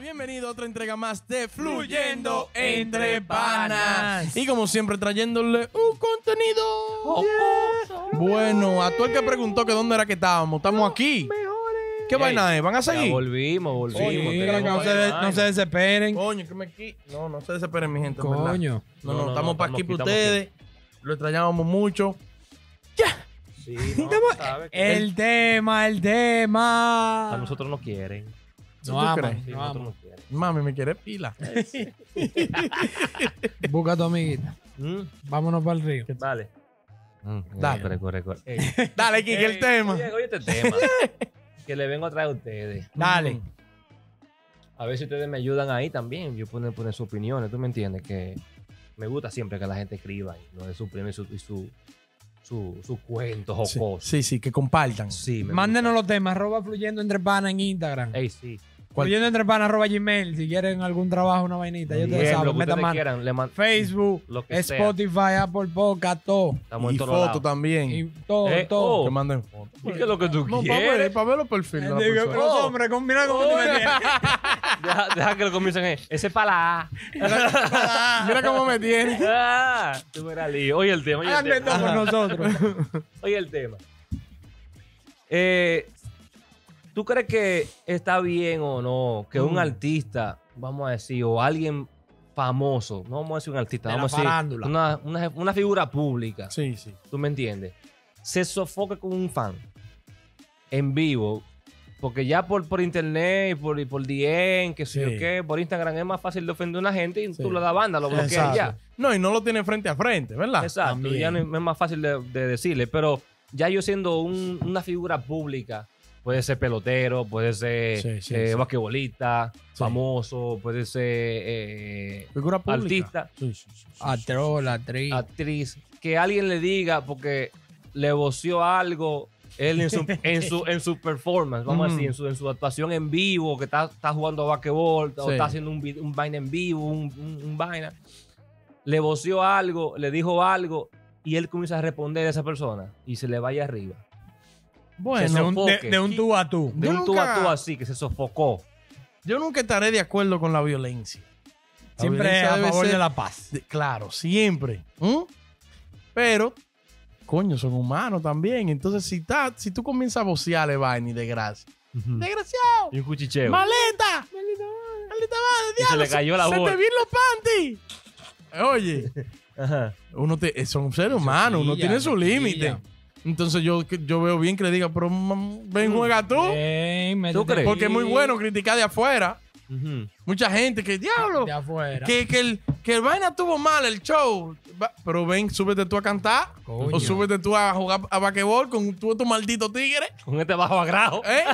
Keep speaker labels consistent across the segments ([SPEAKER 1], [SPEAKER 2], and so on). [SPEAKER 1] bienvenido a otra entrega más de Fluyendo Entre Panas. Y como siempre, trayéndole un contenido yeah. bueno. A todo el que preguntó que dónde era que estábamos, estamos aquí. ¿Qué vaina es? ¿Van a seguir?
[SPEAKER 2] Ya volvimos, volvimos.
[SPEAKER 3] Sí,
[SPEAKER 2] tenemos
[SPEAKER 3] no, se
[SPEAKER 2] varias
[SPEAKER 3] de- no
[SPEAKER 2] vainas.
[SPEAKER 3] se desesperen.
[SPEAKER 1] Coño, que me qui- No, no se desesperen, mi gente. en verdad.
[SPEAKER 3] Coño.
[SPEAKER 1] No,
[SPEAKER 2] No,
[SPEAKER 1] no,
[SPEAKER 2] no,
[SPEAKER 1] estamos
[SPEAKER 2] no,
[SPEAKER 1] para aquí
[SPEAKER 2] estamos
[SPEAKER 1] para
[SPEAKER 2] aquí, estamos
[SPEAKER 1] ustedes. Lo extrañábamos mucho.
[SPEAKER 2] Sí, no, tú sabes que
[SPEAKER 3] El tema, el tema.
[SPEAKER 2] A nosotros nos quieren.
[SPEAKER 1] ¿Tú
[SPEAKER 3] No aman,
[SPEAKER 1] crees?
[SPEAKER 2] Sí,
[SPEAKER 3] no
[SPEAKER 2] nosotros
[SPEAKER 3] aman.
[SPEAKER 2] nos quieren.
[SPEAKER 1] Mami, me quiere pila.
[SPEAKER 3] Busca a tu amiguita.
[SPEAKER 2] Mm,
[SPEAKER 3] Vámonos para el río.
[SPEAKER 2] Dale.
[SPEAKER 1] Dale.
[SPEAKER 2] Corre, corre, corre. Ey,
[SPEAKER 1] Mm, Dale, Kiki, el
[SPEAKER 2] ey,
[SPEAKER 1] tema.
[SPEAKER 2] Oye, oye este tema que le vengo a traer a ustedes.
[SPEAKER 3] Dale.
[SPEAKER 2] A ver si ustedes me ayudan ahí también. Yo poner, poner sus opiniones, ¿tú me entiendes? Que me gusta siempre que la gente escriba y no de su y su, y su, su, sus cuentos
[SPEAKER 1] Sí,
[SPEAKER 2] jocosos.
[SPEAKER 1] sí, sí, que compartan.
[SPEAKER 2] Sí, me
[SPEAKER 3] Mándenos los temas. Arroba fluyendo entre panas en Instagram.
[SPEAKER 2] gusta. Ey, sí.
[SPEAKER 1] ¿Cuál?
[SPEAKER 3] Fluyendo entre panas, arroba gmail. Si quieren algún trabajo, una vainita. Ya ustedes
[SPEAKER 2] Bien, lo
[SPEAKER 3] saben.
[SPEAKER 2] que
[SPEAKER 3] Metan
[SPEAKER 2] ustedes
[SPEAKER 3] mano.
[SPEAKER 2] quieran, le man-
[SPEAKER 3] Facebook,
[SPEAKER 2] Lo que sea.
[SPEAKER 3] Spotify, Apple Podcast, todo.
[SPEAKER 2] Estamos
[SPEAKER 1] y
[SPEAKER 2] en todos
[SPEAKER 1] foto
[SPEAKER 2] lados.
[SPEAKER 1] también.
[SPEAKER 3] Y todo,
[SPEAKER 2] Eh,
[SPEAKER 3] todo. Eh,
[SPEAKER 2] oh.
[SPEAKER 1] Que manden fotos.
[SPEAKER 2] ¿Y qué es lo que tú
[SPEAKER 1] No, para
[SPEAKER 2] quieres?
[SPEAKER 1] ver, para ver los perfiles de la
[SPEAKER 3] Digo,
[SPEAKER 1] persona.
[SPEAKER 3] los hombres, combina con
[SPEAKER 2] Oye. deja, deja que lo comiencen ahí. Ese es para la
[SPEAKER 1] Mira cómo me tiene.
[SPEAKER 2] Ah, tú verás, lío. Oye el tema. Oye
[SPEAKER 3] Hagan de
[SPEAKER 2] el
[SPEAKER 3] todo
[SPEAKER 2] tema.
[SPEAKER 3] con
[SPEAKER 2] Ajá.
[SPEAKER 3] nosotros.
[SPEAKER 2] Oye el tema. Eh, ¿Tú crees que está bien o no que un
[SPEAKER 1] Mm.
[SPEAKER 2] artista, vamos a decir, o alguien famoso, no vamos a decir un artista,
[SPEAKER 3] De la
[SPEAKER 2] vamos a decir
[SPEAKER 3] farándula.
[SPEAKER 2] una, una, una figura pública,
[SPEAKER 1] Sí, sí.
[SPEAKER 2] tú me entiendes, se sofoca con un fan en vivo? Porque ya por, por internet, y por, y por DM, que sé yo
[SPEAKER 1] Sí.
[SPEAKER 2] qué, por Instagram es más fácil de ofender a una gente y
[SPEAKER 1] Sí.
[SPEAKER 2] tú le das banda, lo bloqueas y
[SPEAKER 1] Exacto. Ah,
[SPEAKER 2] ya.
[SPEAKER 1] No, y no lo tiene frente a frente, ¿verdad?
[SPEAKER 2] Exacto,
[SPEAKER 3] también.
[SPEAKER 2] ya no es más fácil de, de decirle, pero ya yo siendo un- una figura pública, puede ser pelotero, puede ser
[SPEAKER 1] Sí, sí,
[SPEAKER 2] eh,
[SPEAKER 1] sí.
[SPEAKER 2] basquetbolista,
[SPEAKER 1] Sí.
[SPEAKER 2] famoso, puede ser eh,
[SPEAKER 1] Figura pública.
[SPEAKER 2] artista,
[SPEAKER 1] Sí, sí, sí, sí, sí.
[SPEAKER 3] Atrol, atriz.
[SPEAKER 2] actriz, que alguien le diga porque le voció algo él en su, en su, en su performance, vamos a
[SPEAKER 1] Ujú.
[SPEAKER 2] decir, en su, en su actuación en vivo, que está, está jugando basquetbol, o
[SPEAKER 1] Sí.
[SPEAKER 2] está haciendo un, vi- un vaina en vivo, un, un- un vaina. Le voció algo, le dijo algo, y él comienza a responder a esa persona y se le vaya arriba.
[SPEAKER 1] Bueno,
[SPEAKER 2] Se
[SPEAKER 3] de, un, de-
[SPEAKER 2] sofoque.
[SPEAKER 3] de un tú a tú.
[SPEAKER 2] De
[SPEAKER 1] Yo
[SPEAKER 2] un tú a
[SPEAKER 1] nunca-
[SPEAKER 2] tú así, que se sofocó.
[SPEAKER 1] yo nunca estaré de acuerdo con la violencia. La
[SPEAKER 3] Siempre
[SPEAKER 1] violencia
[SPEAKER 3] a
[SPEAKER 1] debe
[SPEAKER 3] favor
[SPEAKER 1] ser-
[SPEAKER 3] de la paz.
[SPEAKER 1] de- claro, siempre. ¿Mm? Pero, coño, son humanos también. Entonces, si, ta- si tú comienzas a vocearle vaina y desgracia. ¡Desgraciado!
[SPEAKER 2] Y un cuchicheo.
[SPEAKER 1] ¡Maleta! ¡Maldita madre!
[SPEAKER 2] Y se
[SPEAKER 1] diablo,
[SPEAKER 2] le cayó la
[SPEAKER 1] se
[SPEAKER 2] voz.
[SPEAKER 1] te vi en los panties! Oye.
[SPEAKER 2] Ajá.
[SPEAKER 1] uno te, eh, son seres humanos, uno
[SPEAKER 3] quilla,
[SPEAKER 1] tiene su
[SPEAKER 3] se
[SPEAKER 1] límite.
[SPEAKER 3] quilla.
[SPEAKER 1] Entonces yo, yo veo bien que le diga, pero mam,
[SPEAKER 3] Mm,
[SPEAKER 1] ven, juega tú.
[SPEAKER 3] eh, Ey, métete
[SPEAKER 2] ¿Tú crees?
[SPEAKER 3] ahí.
[SPEAKER 1] Porque es muy bueno criticar de afuera.
[SPEAKER 2] Ujú.
[SPEAKER 1] Mucha gente que, diablo,
[SPEAKER 3] De afuera.
[SPEAKER 1] que, que el, que el vaina estuvo mal, el show. Va- Pero ven, súbete tú a cantar.
[SPEAKER 3] Coño.
[SPEAKER 1] O súbete tú a jugar a basquetbol con tú, tu maldito tigre.
[SPEAKER 2] Con este bajo agrajo.
[SPEAKER 1] ¿eh?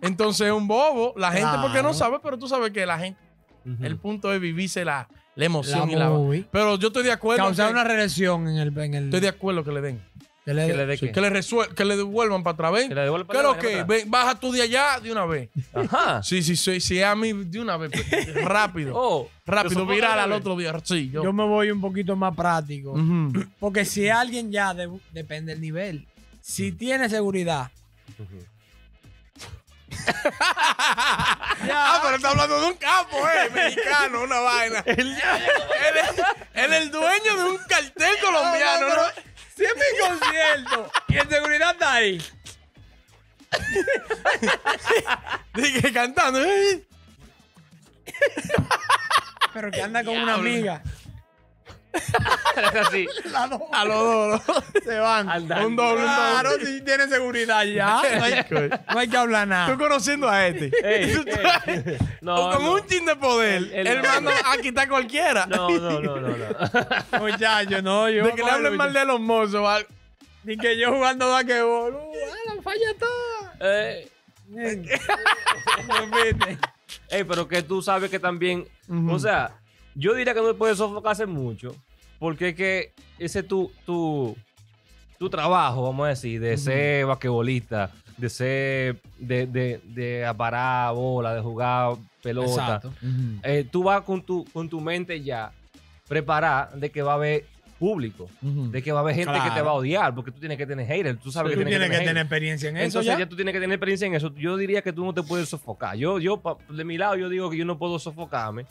[SPEAKER 1] Entonces es un bobo. La gente, porque no
[SPEAKER 3] Claro.
[SPEAKER 1] sabe, pero tú sabes que la gente,
[SPEAKER 2] Ujú.
[SPEAKER 1] el punto es vivirse la, la emoción
[SPEAKER 3] La
[SPEAKER 1] y la.
[SPEAKER 3] movie.
[SPEAKER 1] Pero yo estoy de acuerdo.
[SPEAKER 3] Causar
[SPEAKER 1] que-
[SPEAKER 3] una regresión en el. En el
[SPEAKER 1] Estoy de acuerdo que le den.
[SPEAKER 3] que le-
[SPEAKER 2] Que le dé
[SPEAKER 1] Sí,
[SPEAKER 2] qué?
[SPEAKER 1] que, le resuel- que le devuelvan para atrás. Ven,
[SPEAKER 2] Que le devuelvan
[SPEAKER 1] ¿Qué
[SPEAKER 2] para
[SPEAKER 1] es lo
[SPEAKER 2] atrás,
[SPEAKER 1] que?
[SPEAKER 2] para
[SPEAKER 1] Ven, baja tú de allá de una vez.
[SPEAKER 2] Ajá.
[SPEAKER 1] Sí, sí, sí, sí, a mí de una vez. pues, rápido.
[SPEAKER 2] Oh,
[SPEAKER 1] rápido,
[SPEAKER 2] ¿te
[SPEAKER 1] viral al
[SPEAKER 2] sofoca?
[SPEAKER 1] otro día. Sí, yo.
[SPEAKER 3] yo me voy un poquito más práctico.
[SPEAKER 2] Mm.
[SPEAKER 1] Ujú.
[SPEAKER 3] Porque si alguien ya. de- depende del nivel.
[SPEAKER 2] Mm.
[SPEAKER 3] Si tiene seguridad.
[SPEAKER 2] Ujú.
[SPEAKER 1] Ah, pero está hablando de un campo, eh, mexicano, una vaina. él, es, él es el dueño de un cartel colombiano, ¿no?
[SPEAKER 3] Si es mi concierto. y en seguridad está ahí.
[SPEAKER 1] Dije cantando. eh.
[SPEAKER 3] Pero que anda con una amiga.
[SPEAKER 2] Es así.
[SPEAKER 1] A los dos, ¿no?
[SPEAKER 3] Se van.
[SPEAKER 2] Al
[SPEAKER 1] Un doble, un doble.
[SPEAKER 3] Claro, Ah, si tiene seguridad ya. No hay, no hay que hablar nada.
[SPEAKER 1] Tú conociendo a este.
[SPEAKER 2] Ey,
[SPEAKER 1] Tú-
[SPEAKER 2] ey. No,
[SPEAKER 1] o con
[SPEAKER 2] no.
[SPEAKER 1] un chin de poder,
[SPEAKER 2] El- el-
[SPEAKER 1] él manda a quitar cualquiera.
[SPEAKER 2] No, no, no, no, no.
[SPEAKER 3] Muchacho, no, yo.
[SPEAKER 1] De que le hablen mal de los mozos. o algo.
[SPEAKER 3] Ni que yo jugando basquetbol. Uh, la falla toda.
[SPEAKER 2] Eh, ey, pero que tú sabes que también, o sea, yo diría que no puedes sofocarse mucho, porque es que ese tu, tu, tu trabajo, vamos a decir, de ser basquetbolista, de ser, de, de, de parar bola, de jugar pelota, eh, tú vas con tu, con tu mente ya preparada de que va a haber público.
[SPEAKER 1] Ujú.
[SPEAKER 2] De que va a haber gente que te
[SPEAKER 3] Claro.
[SPEAKER 2] va a odiar porque tú tienes que tener haters. Tú sabes
[SPEAKER 3] Tú
[SPEAKER 2] que tienes, que tener haters.
[SPEAKER 3] experiencia en eso
[SPEAKER 2] Entonces
[SPEAKER 3] ya.
[SPEAKER 2] ya? tú tienes que tener experiencia en eso. Yo diría que tú no te puedes sofocar. Yo, yo pa- de mi lado, yo digo que yo no puedo sofocarme.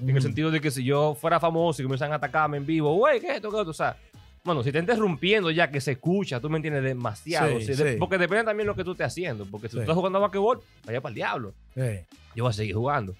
[SPEAKER 2] En
[SPEAKER 1] Ujú.
[SPEAKER 2] el sentido de que si yo fuera famoso y comienzan a atacarme en vivo, güey, ¿qué es esto? ¿Qué es esto? O sea, bueno, si te interrumpiendo ya que se escucha, tú me entiendes demasiado.
[SPEAKER 1] Sí,
[SPEAKER 2] si de-
[SPEAKER 1] sí.
[SPEAKER 2] porque depende también de lo que tú estés haciendo. Porque si
[SPEAKER 1] Sí.
[SPEAKER 2] tú estás jugando a basquetbol, vaya para el diablo.
[SPEAKER 1] Eh,
[SPEAKER 2] Yo voy a seguir jugando.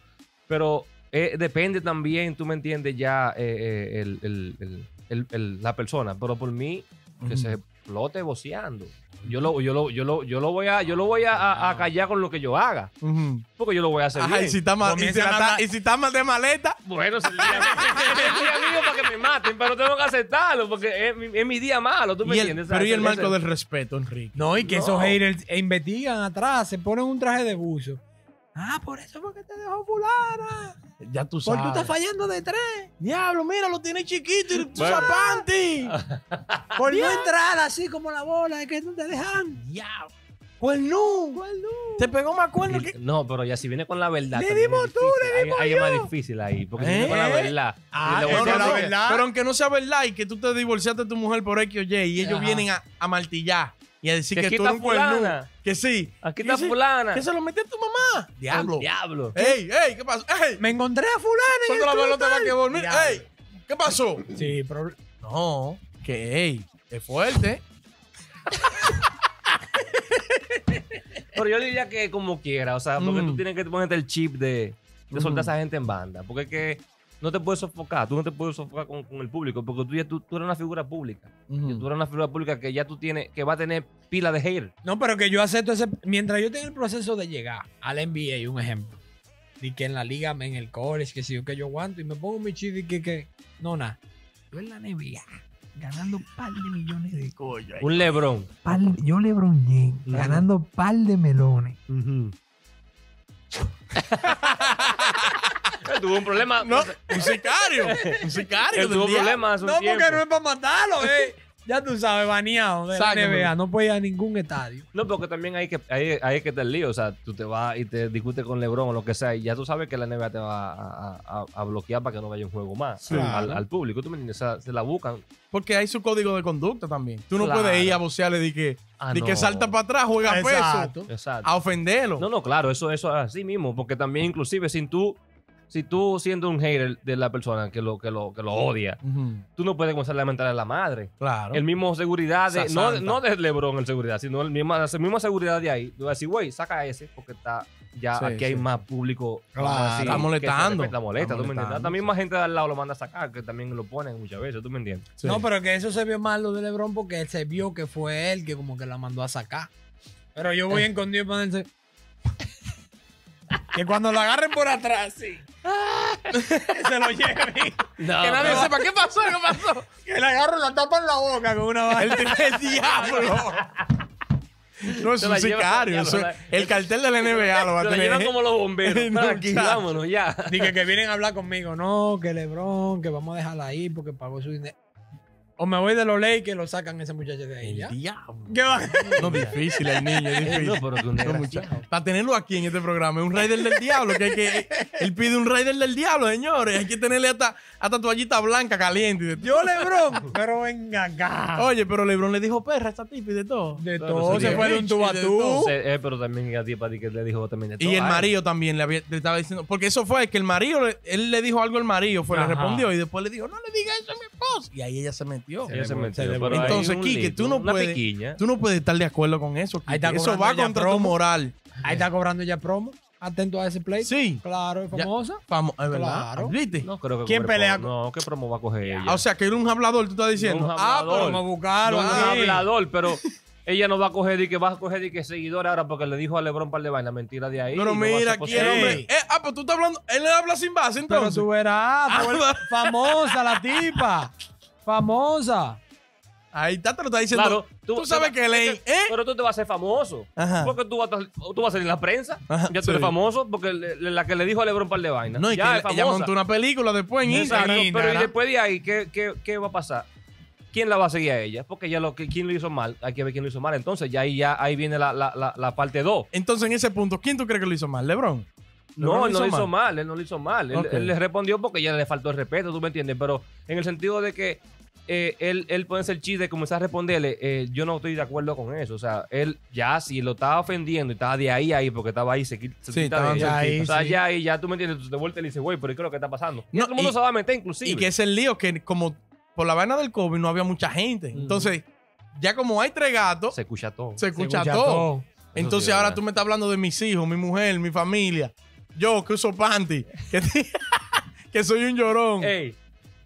[SPEAKER 2] Pero eh, depende también, tú me entiendes ya, eh, eh, el- el- el- el- el- la persona. Pero por mí, que
[SPEAKER 1] ujú.
[SPEAKER 2] se explote voceando. Yo lo, yo lo, yo lo, yo lo voy a, yo lo voy a, a- a callar con lo que yo haga.
[SPEAKER 1] Ujú.
[SPEAKER 2] Porque yo lo voy a hacer
[SPEAKER 1] Ajá,
[SPEAKER 2] bien.
[SPEAKER 1] y si está mal, y si
[SPEAKER 3] Comienzan
[SPEAKER 1] la
[SPEAKER 3] a
[SPEAKER 1] está-
[SPEAKER 3] hablar-
[SPEAKER 1] y si está mal de maleta.
[SPEAKER 2] Bueno, es el día, es el día mío para que me maten, pero tengo que aceptarlo porque es mi, es mi día malo, ¿tú me
[SPEAKER 1] Y el-
[SPEAKER 2] entiendes?
[SPEAKER 1] pero y el
[SPEAKER 2] ¿Sabes?
[SPEAKER 1] marco del respeto, Enrique.
[SPEAKER 3] No, y que
[SPEAKER 2] No.
[SPEAKER 3] esos haters e investigan atrás, se ponen un traje de buzo. Ah, por eso fue que te dejó fulana.
[SPEAKER 1] Ya tú
[SPEAKER 3] Porque tú
[SPEAKER 1] sabes.
[SPEAKER 3] estás fallando de tres.
[SPEAKER 1] Diablo, mira, lo tiene chiquito y tú
[SPEAKER 2] Bueno.
[SPEAKER 1] zapanti.
[SPEAKER 3] Por no entrar así como la bola, es que no te dejan.
[SPEAKER 1] Diablo.
[SPEAKER 3] Pues no.
[SPEAKER 1] Te pegó más cuerno
[SPEAKER 2] El- No, pero ya si viene con la verdad.
[SPEAKER 3] Le
[SPEAKER 2] también es
[SPEAKER 3] dimos tú,
[SPEAKER 2] difícil.
[SPEAKER 3] le
[SPEAKER 2] Ahí-
[SPEAKER 3] dimos
[SPEAKER 2] ahí, es más difícil ahí, porque si viene con la
[SPEAKER 1] ¿Eh?
[SPEAKER 2] verdad.
[SPEAKER 3] Ah,
[SPEAKER 2] le voy a
[SPEAKER 3] es que
[SPEAKER 2] decir,
[SPEAKER 3] la
[SPEAKER 2] "Oye,
[SPEAKER 3] verdad-
[SPEAKER 1] Pero aunque no sea verdad y que tú te divorciaste de tu mujer por X o Y y ellos
[SPEAKER 3] Ajá.
[SPEAKER 1] vienen a, a martillar y a decir
[SPEAKER 2] Que
[SPEAKER 1] que,
[SPEAKER 2] aquí
[SPEAKER 1] tú
[SPEAKER 2] está
[SPEAKER 1] eres un cuerno.
[SPEAKER 2] fulana.
[SPEAKER 1] Que sí.
[SPEAKER 2] Aquí
[SPEAKER 1] Que
[SPEAKER 2] está
[SPEAKER 1] sí,
[SPEAKER 2] fulana.
[SPEAKER 1] Que se lo metió tu mamá. Diablo.
[SPEAKER 2] El diablo.
[SPEAKER 1] Ey, ey, ¿qué pasó? Ey,
[SPEAKER 3] Me encontré a fulana. en
[SPEAKER 1] suelta la
[SPEAKER 3] el
[SPEAKER 1] pelota para
[SPEAKER 3] cristal.
[SPEAKER 1] que volver.
[SPEAKER 3] Diablo.
[SPEAKER 1] Ey, ¿qué pasó?
[SPEAKER 3] Sí, pero
[SPEAKER 1] No, que ey, es fuerte.
[SPEAKER 2] Pero yo diría que como quiera, o sea, porque
[SPEAKER 1] Mm.
[SPEAKER 2] tú tienes que ponerte el chip de, de soltar a esa gente en banda, porque es que no te puedes sofocar, tú no te puedes sofocar con, con el público, porque tú ya tú, tú eres una figura pública. Y Tú eres una figura pública que ya tú tienes, que va a tener pila de haters.
[SPEAKER 3] No, pero que yo acepto ese. Mientras yo tenga el proceso de llegar al NBA, un ejemplo. Y que en la liga, en el college, que si yo que yo aguanto y me pongo mi chip y que, que. No, nada. Yo en la NBA, ganando un par de millones de collas.
[SPEAKER 2] Un Lebron.
[SPEAKER 3] Yo LeBron James,
[SPEAKER 2] Ujú.
[SPEAKER 3] ganando un par de melones.
[SPEAKER 2] Él tuvo un problema.
[SPEAKER 1] No, un sicario. Un sicario.
[SPEAKER 2] él
[SPEAKER 1] del
[SPEAKER 2] tuvo un
[SPEAKER 1] diablo.
[SPEAKER 2] problema hace un
[SPEAKER 3] No, porque
[SPEAKER 2] tiempo.
[SPEAKER 3] no es para matarlo, eh. Ya tú sabes, baneado de
[SPEAKER 1] Sáquenlo.
[SPEAKER 3] la NBA. No puede ir a ningún estadio.
[SPEAKER 2] No, porque también hay que, hay, hay que estar lío. O sea, tú te vas y te discutes con Lebron o lo que sea, y ya tú sabes que la NBA te va a, a- a bloquear para que no vaya un juego más
[SPEAKER 1] Sí.
[SPEAKER 2] al, al público. ¿Tú me entiendes? O sea, se la buscan.
[SPEAKER 1] Porque hay su código de conducta también. Tú no
[SPEAKER 2] Claro.
[SPEAKER 1] puedes ir a vocearle de que,
[SPEAKER 2] Ah,
[SPEAKER 1] de que
[SPEAKER 2] no.
[SPEAKER 1] salta para atrás, juega peso,
[SPEAKER 2] Exacto.
[SPEAKER 1] a ofenderlo.
[SPEAKER 2] No, no, claro, eso, eso es así mismo, porque también inclusive sin tú, si tú siendo un hater de la persona que lo, que lo, que lo odia,
[SPEAKER 1] Ujú,
[SPEAKER 2] tú no puedes comenzar a lamentar a la madre.
[SPEAKER 1] claro.
[SPEAKER 2] El mismo seguridad, de-
[SPEAKER 1] Esa
[SPEAKER 2] no,
[SPEAKER 1] santa.
[SPEAKER 2] no de Lebron el seguridad, sino el mismo, la misma seguridad de ahí. Tú vas a decir, güey, saca a ese porque está ya
[SPEAKER 1] Sí,
[SPEAKER 2] aquí hay
[SPEAKER 1] sí.
[SPEAKER 2] más público.
[SPEAKER 3] Claro.
[SPEAKER 2] vamos a decir,
[SPEAKER 1] Está
[SPEAKER 2] que se
[SPEAKER 1] molestando.
[SPEAKER 2] respeta, molesta,
[SPEAKER 1] Está
[SPEAKER 2] ¿tú me entiendes?
[SPEAKER 1] molestando,
[SPEAKER 2] La misma gente de al lado lo manda a sacar, que también lo ponen muchas veces, ¿tú me entiendes?
[SPEAKER 1] Sí.
[SPEAKER 3] No, pero que eso se vio mal lo de Lebron porque él se vio que fue él que como que la mandó a sacar. Pero yo voy escondido y ponerse. que cuando lo agarren por atrás, sí. que se lo lleven.
[SPEAKER 1] que nadie sepa qué pasó, qué pasó.
[SPEAKER 3] Que le agarren la tapa en la boca con una
[SPEAKER 1] el,
[SPEAKER 3] vaina.
[SPEAKER 1] el diablo. No, es
[SPEAKER 2] Se
[SPEAKER 1] un
[SPEAKER 2] la lleva,
[SPEAKER 1] sicario.
[SPEAKER 2] se la lleva,
[SPEAKER 1] eso es- el cartel de la NBA lo va a
[SPEAKER 2] Se lo llevan
[SPEAKER 1] tener.
[SPEAKER 2] como los bomberos.
[SPEAKER 1] No,
[SPEAKER 2] Aquí,
[SPEAKER 1] chacho.
[SPEAKER 2] vámonos, ya.
[SPEAKER 3] Dije que vienen a hablar conmigo. No, que Lebron, que vamos a dejarla ahí porque pagó su dinero. O me voy de los ley que lo sacan ese muchacho de ahí.
[SPEAKER 1] El
[SPEAKER 3] ¿ya?
[SPEAKER 1] diablo.
[SPEAKER 3] ¿Qué va?
[SPEAKER 1] No, difícil el niño, es
[SPEAKER 2] Eh,
[SPEAKER 1] difícil.
[SPEAKER 2] No, pero que un desgraciado.
[SPEAKER 1] Para tenerlo aquí en este programa, es un Raider del Diablo. Que hay que, él pide un Raider del Diablo, señores. Hay que tenerle hasta, hasta toallita blanca caliente. y de todo.
[SPEAKER 3] Yo Lebron, pero
[SPEAKER 2] Ah.
[SPEAKER 3] venga acá.
[SPEAKER 1] Oye, pero Lebron le dijo perra a esta tipa y de todo.
[SPEAKER 3] De
[SPEAKER 2] Claro,
[SPEAKER 3] todo,
[SPEAKER 2] sería
[SPEAKER 3] se fue de un
[SPEAKER 1] rich
[SPEAKER 3] tú a
[SPEAKER 1] y de
[SPEAKER 3] tú.
[SPEAKER 1] todo.
[SPEAKER 2] Eh, eh, pero también a ti, para ti, que le dijo también de todo.
[SPEAKER 1] Y el
[SPEAKER 2] Ay,
[SPEAKER 1] marido también le, había- le estaba diciendo, porque eso fue que el marido, le- él le dijo algo al marido, fue, le
[SPEAKER 3] Ajá.
[SPEAKER 1] respondió y después le dijo, no le digas eso a mi esposa. Y ahí ella se metió.
[SPEAKER 2] ella se
[SPEAKER 3] le-
[SPEAKER 2] metió,
[SPEAKER 3] se le-
[SPEAKER 2] pero hay
[SPEAKER 1] Entonces,
[SPEAKER 2] un
[SPEAKER 1] Quique,
[SPEAKER 2] litro,
[SPEAKER 1] tú no
[SPEAKER 2] una
[SPEAKER 1] puedes-
[SPEAKER 2] piquiña.
[SPEAKER 1] Tú no puedes estar de acuerdo con eso.
[SPEAKER 3] Ahí
[SPEAKER 1] Quique.
[SPEAKER 3] está
[SPEAKER 1] Eso
[SPEAKER 3] cobrando
[SPEAKER 1] va
[SPEAKER 3] ella
[SPEAKER 1] contra tu
[SPEAKER 3] promo.
[SPEAKER 1] moral.
[SPEAKER 3] Ahí está cobrando ya promo. Atento a ese play.
[SPEAKER 1] Sí.
[SPEAKER 3] Claro, es
[SPEAKER 1] Ya.
[SPEAKER 3] famosa.
[SPEAKER 1] Vamos, es verdad.
[SPEAKER 3] Claro.
[SPEAKER 1] ¿Viste?
[SPEAKER 2] No creo que
[SPEAKER 3] ¿Quién
[SPEAKER 2] cobre
[SPEAKER 3] pelea
[SPEAKER 2] promo. No, ¿qué promo va a coger ella?
[SPEAKER 1] Ah, O sea, que era un hablador, tú estás diciendo.
[SPEAKER 2] Un
[SPEAKER 1] ah,
[SPEAKER 2] hablador.
[SPEAKER 1] pero
[SPEAKER 3] Vamos a buscarlo.
[SPEAKER 1] No,
[SPEAKER 2] un
[SPEAKER 1] sí.
[SPEAKER 2] hablador, pero ella no va a coger y que va a coger y que seguidor ahora porque le dijo a Lebron un par de vainas. Mentira de ahí.
[SPEAKER 1] Pero
[SPEAKER 2] no va a ser
[SPEAKER 1] mira, aquí el
[SPEAKER 2] posible.
[SPEAKER 1] hombre. Eh, ah, pues tú estás hablando. Él le habla sin base,
[SPEAKER 3] Pero
[SPEAKER 1] entonces.
[SPEAKER 3] tú verás.
[SPEAKER 1] Ah,
[SPEAKER 3] pues,
[SPEAKER 1] va.
[SPEAKER 3] famosa la tipa. Famosa.
[SPEAKER 1] Ahí está, te lo está diciendo.
[SPEAKER 2] Claro,
[SPEAKER 1] tú, sabes que ley. ¿Eh?
[SPEAKER 2] Pero tú te vas a hacer famoso.
[SPEAKER 1] Ajá.
[SPEAKER 2] Porque tú vas, a, tú vas a salir en la prensa.
[SPEAKER 1] Ajá,
[SPEAKER 2] ya tú
[SPEAKER 1] sí.
[SPEAKER 2] eres famoso porque le- le- la que le dijo a Lebron un par de vainas.
[SPEAKER 1] No, y
[SPEAKER 2] ya
[SPEAKER 1] que
[SPEAKER 2] es
[SPEAKER 1] ella-
[SPEAKER 2] famosa.
[SPEAKER 1] ella montó una película después en
[SPEAKER 2] Exacto,
[SPEAKER 1] Instagram.
[SPEAKER 2] pero y después de ahí, ¿qué, qué, qué va a pasar? ¿Quién la va a seguir a ella? Porque ya lo que quién lo hizo mal, hay que ver quién lo hizo mal. Entonces, ya ahí ya ahí viene la, la, la, la parte 2.
[SPEAKER 1] Entonces, en ese punto, ¿quién tú crees que lo hizo mal? ¿Lebron?
[SPEAKER 2] No, él no lo hizo mal, él no lo hizo mal. Él-
[SPEAKER 1] Ok.
[SPEAKER 2] Él, le respondió porque ya le faltó el respeto, tú me entiendes. Pero en el sentido de que eh, él, él ponerse el chiste de comenzar a responderle, eh, yo no estoy de acuerdo con eso. O sea, él ya si lo estaba ofendiendo y estaba de ahí a ahí porque estaba ahí, se quita, se
[SPEAKER 1] Sí,
[SPEAKER 2] quita
[SPEAKER 1] estaban
[SPEAKER 2] de
[SPEAKER 3] cerquita.
[SPEAKER 2] ahí. O sea,
[SPEAKER 3] Sí.
[SPEAKER 2] ya ahí, ya tú me entiendes, tú te vueltas y le dices, güey, pero ¿qué es lo que está pasando? Y
[SPEAKER 1] No,
[SPEAKER 2] todo el mundo
[SPEAKER 1] y-
[SPEAKER 2] se va a meter, inclusive.
[SPEAKER 1] Y que es el lío, que como por la vaina del COVID no había mucha gente.
[SPEAKER 2] Mm.
[SPEAKER 3] Ujú.
[SPEAKER 1] Entonces, ya como hay tres gatos,
[SPEAKER 2] se
[SPEAKER 1] se,
[SPEAKER 2] escucha todo.
[SPEAKER 1] escucha,
[SPEAKER 3] Se
[SPEAKER 1] todo.
[SPEAKER 3] todo.
[SPEAKER 1] Entonces ahora tú me estás hablando de mis hijos, mi mujer, mi familia. Yo que uso panty, que, que soy un llorón.
[SPEAKER 2] Ey,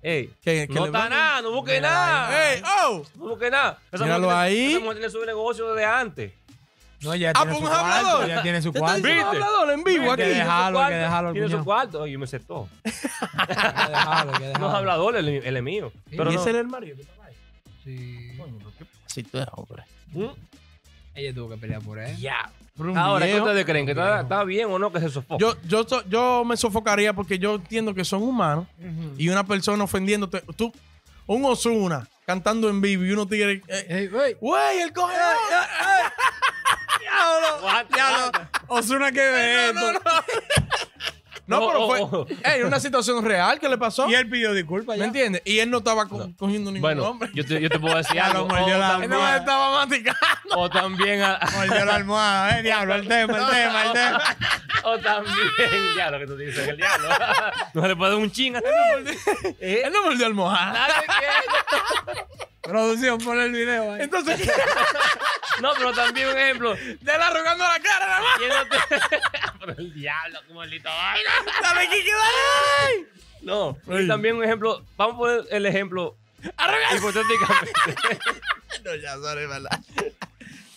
[SPEAKER 2] ey.
[SPEAKER 1] que, que
[SPEAKER 2] No
[SPEAKER 1] le
[SPEAKER 2] está
[SPEAKER 1] van-
[SPEAKER 2] nada, no busques
[SPEAKER 3] Mira,
[SPEAKER 2] nada.
[SPEAKER 1] ¡Ey! ¡Oh!
[SPEAKER 2] No busques nada. Esa
[SPEAKER 1] Míralo
[SPEAKER 2] mujer tiene-
[SPEAKER 1] ahí.
[SPEAKER 2] Esa mujer tiene su negocio desde antes.
[SPEAKER 3] No, ya
[SPEAKER 1] Ah,
[SPEAKER 3] tiene
[SPEAKER 1] pues
[SPEAKER 3] su
[SPEAKER 1] un
[SPEAKER 3] cuarto.
[SPEAKER 1] hablador.
[SPEAKER 3] Ya tiene su
[SPEAKER 1] Te estoy
[SPEAKER 3] cuarto.
[SPEAKER 1] diciendo
[SPEAKER 2] ¿Viste?
[SPEAKER 1] hablador en vivo
[SPEAKER 3] Viste,
[SPEAKER 1] aquí.
[SPEAKER 2] Tiene su
[SPEAKER 3] dejarlo, hay que
[SPEAKER 2] cuarto,
[SPEAKER 3] dejarlo al
[SPEAKER 2] Tiene su
[SPEAKER 3] cuñado.
[SPEAKER 2] cuarto. Ay, yo me sé todo.
[SPEAKER 3] Hay que dejarlo, hay que
[SPEAKER 2] No es
[SPEAKER 3] dejarlo.
[SPEAKER 2] hablador, él, él es mío. Pero
[SPEAKER 1] ¿Y
[SPEAKER 2] no.
[SPEAKER 1] ese era el marido?
[SPEAKER 3] Sí.
[SPEAKER 1] Sí, tú eres hombre.
[SPEAKER 2] Mm.
[SPEAKER 3] Ella tuvo que pelear por él.
[SPEAKER 2] Ya.
[SPEAKER 1] Pero un
[SPEAKER 2] Ahora, ¿qué
[SPEAKER 1] viejo.
[SPEAKER 2] ustedes creen? ¿Que está,
[SPEAKER 3] Viejo.
[SPEAKER 2] está bien o no que se sofoque?
[SPEAKER 1] yo, yo, so- yo me sofocaría porque yo entiendo que son humanos
[SPEAKER 3] Ujú.
[SPEAKER 1] y una persona ofendiéndote. Tú, un Osuna cantando en vivo y uno tigre. eh,
[SPEAKER 3] Ey, güey.
[SPEAKER 1] ¡Güey, el coge! ¡Diablo!
[SPEAKER 2] What?
[SPEAKER 1] ¡Diablo!
[SPEAKER 3] Osuna que ve
[SPEAKER 1] No, no,
[SPEAKER 3] esto.
[SPEAKER 1] no. No,
[SPEAKER 2] Oh,
[SPEAKER 1] pero fue
[SPEAKER 2] oh, oh.
[SPEAKER 1] ey, una situación real que le pasó.
[SPEAKER 3] Y él pidió disculpas ya.
[SPEAKER 1] ¿Me entiendes? Y él no estaba co- cogiendo ningún
[SPEAKER 2] Bueno, Oh,
[SPEAKER 1] hombre.
[SPEAKER 2] yo te, yo te puedo decir
[SPEAKER 3] Ya lo
[SPEAKER 2] algo. O
[SPEAKER 3] mordió la
[SPEAKER 1] Él
[SPEAKER 2] también,
[SPEAKER 1] no
[SPEAKER 3] mía.
[SPEAKER 1] estaba masticando.
[SPEAKER 2] o también a-
[SPEAKER 3] Mordió la almohada, eh, diablo, el tema, el tema, el tema.
[SPEAKER 2] o también, ya lo que tú dices, el diablo. No se le puede dar un ching a este hombre. Eh,
[SPEAKER 1] Él no volvió al mojar.
[SPEAKER 2] ¿sabe qué?
[SPEAKER 3] Producción, pon el video ahí.
[SPEAKER 1] Entonces,
[SPEAKER 2] No, pero también un ejemplo. Y
[SPEAKER 1] te la rogando la cara nada más.
[SPEAKER 2] él no te- Pero el diablo, como el lito. ay, no.
[SPEAKER 1] Dale, Kiki, dale.
[SPEAKER 2] No, y también un ejemplo. Vamos a poner el ejemplo hipotéticamente.
[SPEAKER 1] No, ya, sorry, verdad.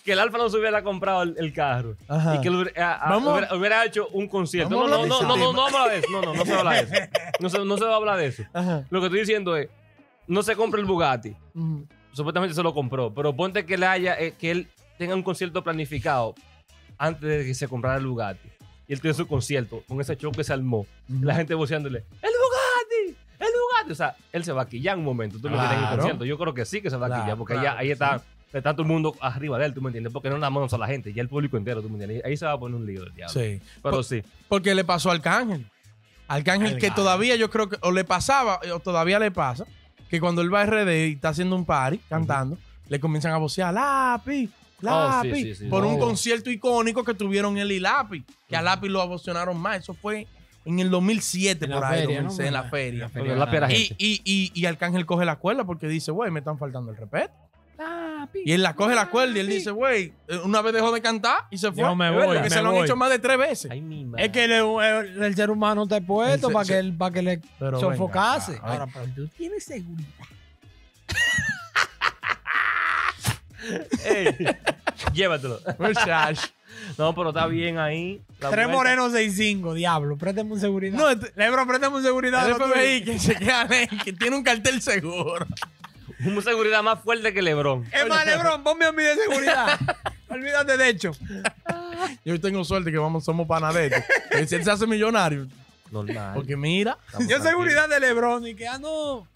[SPEAKER 2] que el Alfa no se hubiera comprado el, el carro
[SPEAKER 1] Ajá.
[SPEAKER 2] y que él hubiera, a- a-
[SPEAKER 1] Vamos a-
[SPEAKER 2] hubiera- hubiera hecho un concierto.
[SPEAKER 1] Vamos
[SPEAKER 2] No,
[SPEAKER 1] a
[SPEAKER 2] no,
[SPEAKER 1] hablar
[SPEAKER 2] no,
[SPEAKER 1] de
[SPEAKER 2] no,
[SPEAKER 1] ese
[SPEAKER 2] no, no habla de eso. No, no, no se habla de eso. No se, no se va a hablar de eso.
[SPEAKER 1] Ajá.
[SPEAKER 2] Lo que estoy diciendo es, no se compra el Bugatti.
[SPEAKER 1] Ujú.
[SPEAKER 2] Supuestamente se lo compró, pero ponte que él haya, eh, que él tenga un concierto planificado antes de que se comprara el Bugatti. Y él tiene su concierto con ese show que se armó. La gente voceándole, ¡El Bugatti! ¡El Bugatti! O sea, él se va a quillar un momento. Tú lo que tienes en el
[SPEAKER 1] Claro.
[SPEAKER 2] concierto. Yo creo que sí que se va a
[SPEAKER 1] Claro,
[SPEAKER 2] quillar, porque
[SPEAKER 1] claro,
[SPEAKER 2] ya, ahí está, está todo el mundo arriba de él, ¿tú me entiendes? Porque no nada más a la gente, ya el público entero, ¿tú me entiendes? Ahí se va a poner un lío el diablo.
[SPEAKER 1] Sí.
[SPEAKER 2] Pero sí.
[SPEAKER 1] Porque le pasó al Arcángel. Arcángel que
[SPEAKER 3] Arcángel.
[SPEAKER 1] todavía yo creo que o le pasaba eh, o todavía le pasa que cuando él va a RD y está haciendo un party cantando, le comienzan a vocear Lápiz, Lápiz
[SPEAKER 2] sí, sí, sí.
[SPEAKER 1] por un
[SPEAKER 3] Oh.
[SPEAKER 1] concierto icónico que tuvieron él y Lápiz, que a Lápiz lo abocionaron más, eso fue en el 2007 por ahí, 2006, en la feria.
[SPEAKER 2] En la feria.
[SPEAKER 1] Y, y, y, y Arcángel coge la cuerda porque dice, güey, me están faltando el respeto.
[SPEAKER 3] Ah,
[SPEAKER 1] Y él la coge la cuerda y él dice, güey, eh, una vez dejó de cantar y se fue.
[SPEAKER 3] Yo me
[SPEAKER 1] Es
[SPEAKER 3] voy,
[SPEAKER 1] verdad, Que
[SPEAKER 3] me
[SPEAKER 1] se lo han
[SPEAKER 3] voy.
[SPEAKER 1] hecho más de tres veces.
[SPEAKER 2] Ay, mi madre.
[SPEAKER 3] Es que el, el- el ser humano está puesto
[SPEAKER 1] El
[SPEAKER 3] para
[SPEAKER 1] se-
[SPEAKER 3] que, él- para que le
[SPEAKER 1] Pero venga
[SPEAKER 3] sofocase.
[SPEAKER 1] acá,
[SPEAKER 3] Ahora, pero tú tienes seguridad.
[SPEAKER 2] Ey, llévatelo.
[SPEAKER 1] Versace.
[SPEAKER 2] No, pero está bien ahí. la
[SPEAKER 3] Tres
[SPEAKER 2] vuelta.
[SPEAKER 3] morenos, seis cinco, diablo. Préstame un seguridad.
[SPEAKER 1] No, este-
[SPEAKER 3] Lebron, préstame un seguridad.
[SPEAKER 1] El
[SPEAKER 3] lo tuyo.
[SPEAKER 1] FBI que se queda ley, que tiene un cartel seguro.
[SPEAKER 2] Un seguridad más fuerte que Lebron.
[SPEAKER 3] Es más, Lebron, ponme a mí de seguridad. Olvídate de hecho.
[SPEAKER 1] Yo tengo suerte que vamos, somos panaderos. Pero si él se hace millonario,
[SPEAKER 2] Normal.
[SPEAKER 1] porque mira,
[SPEAKER 2] Estamos
[SPEAKER 3] Yo
[SPEAKER 2] tranquilos.
[SPEAKER 3] seguridad de Lebron y que ando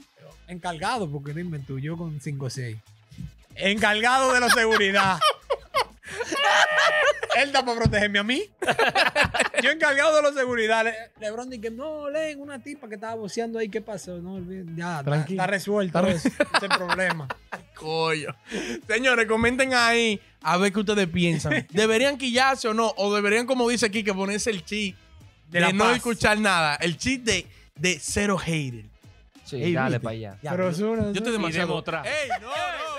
[SPEAKER 3] encargado, porque no inventó yo con 5-6. Encargado de la seguridad. Él está para protegerme a mí. Yo encargado de la seguridad. Le- Lebron dice, no, leen una tipa que estaba boceando ahí, ¿qué pasó? No, olviden, ya, está,
[SPEAKER 1] Tranquilo.
[SPEAKER 3] está resuelto
[SPEAKER 1] Está re-
[SPEAKER 3] eso, ese problema.
[SPEAKER 1] coño. Señores, comenten ahí a ver qué ustedes piensan. ¿Deberían quillarse o no? O deberían, como dice aquí, que ponerse el chip de,
[SPEAKER 3] De la
[SPEAKER 1] no
[SPEAKER 3] paz.
[SPEAKER 1] escuchar nada. El chip de, de cero hater.
[SPEAKER 2] Sí,
[SPEAKER 1] Ey,
[SPEAKER 2] dale
[SPEAKER 1] ¿viste?
[SPEAKER 2] para allá.
[SPEAKER 1] Ya,
[SPEAKER 3] Pero
[SPEAKER 1] yo,
[SPEAKER 3] Ozuna,
[SPEAKER 1] yo estoy
[SPEAKER 2] Y
[SPEAKER 1] demasiado.
[SPEAKER 2] demostrar.
[SPEAKER 1] ¡Ey, no, no!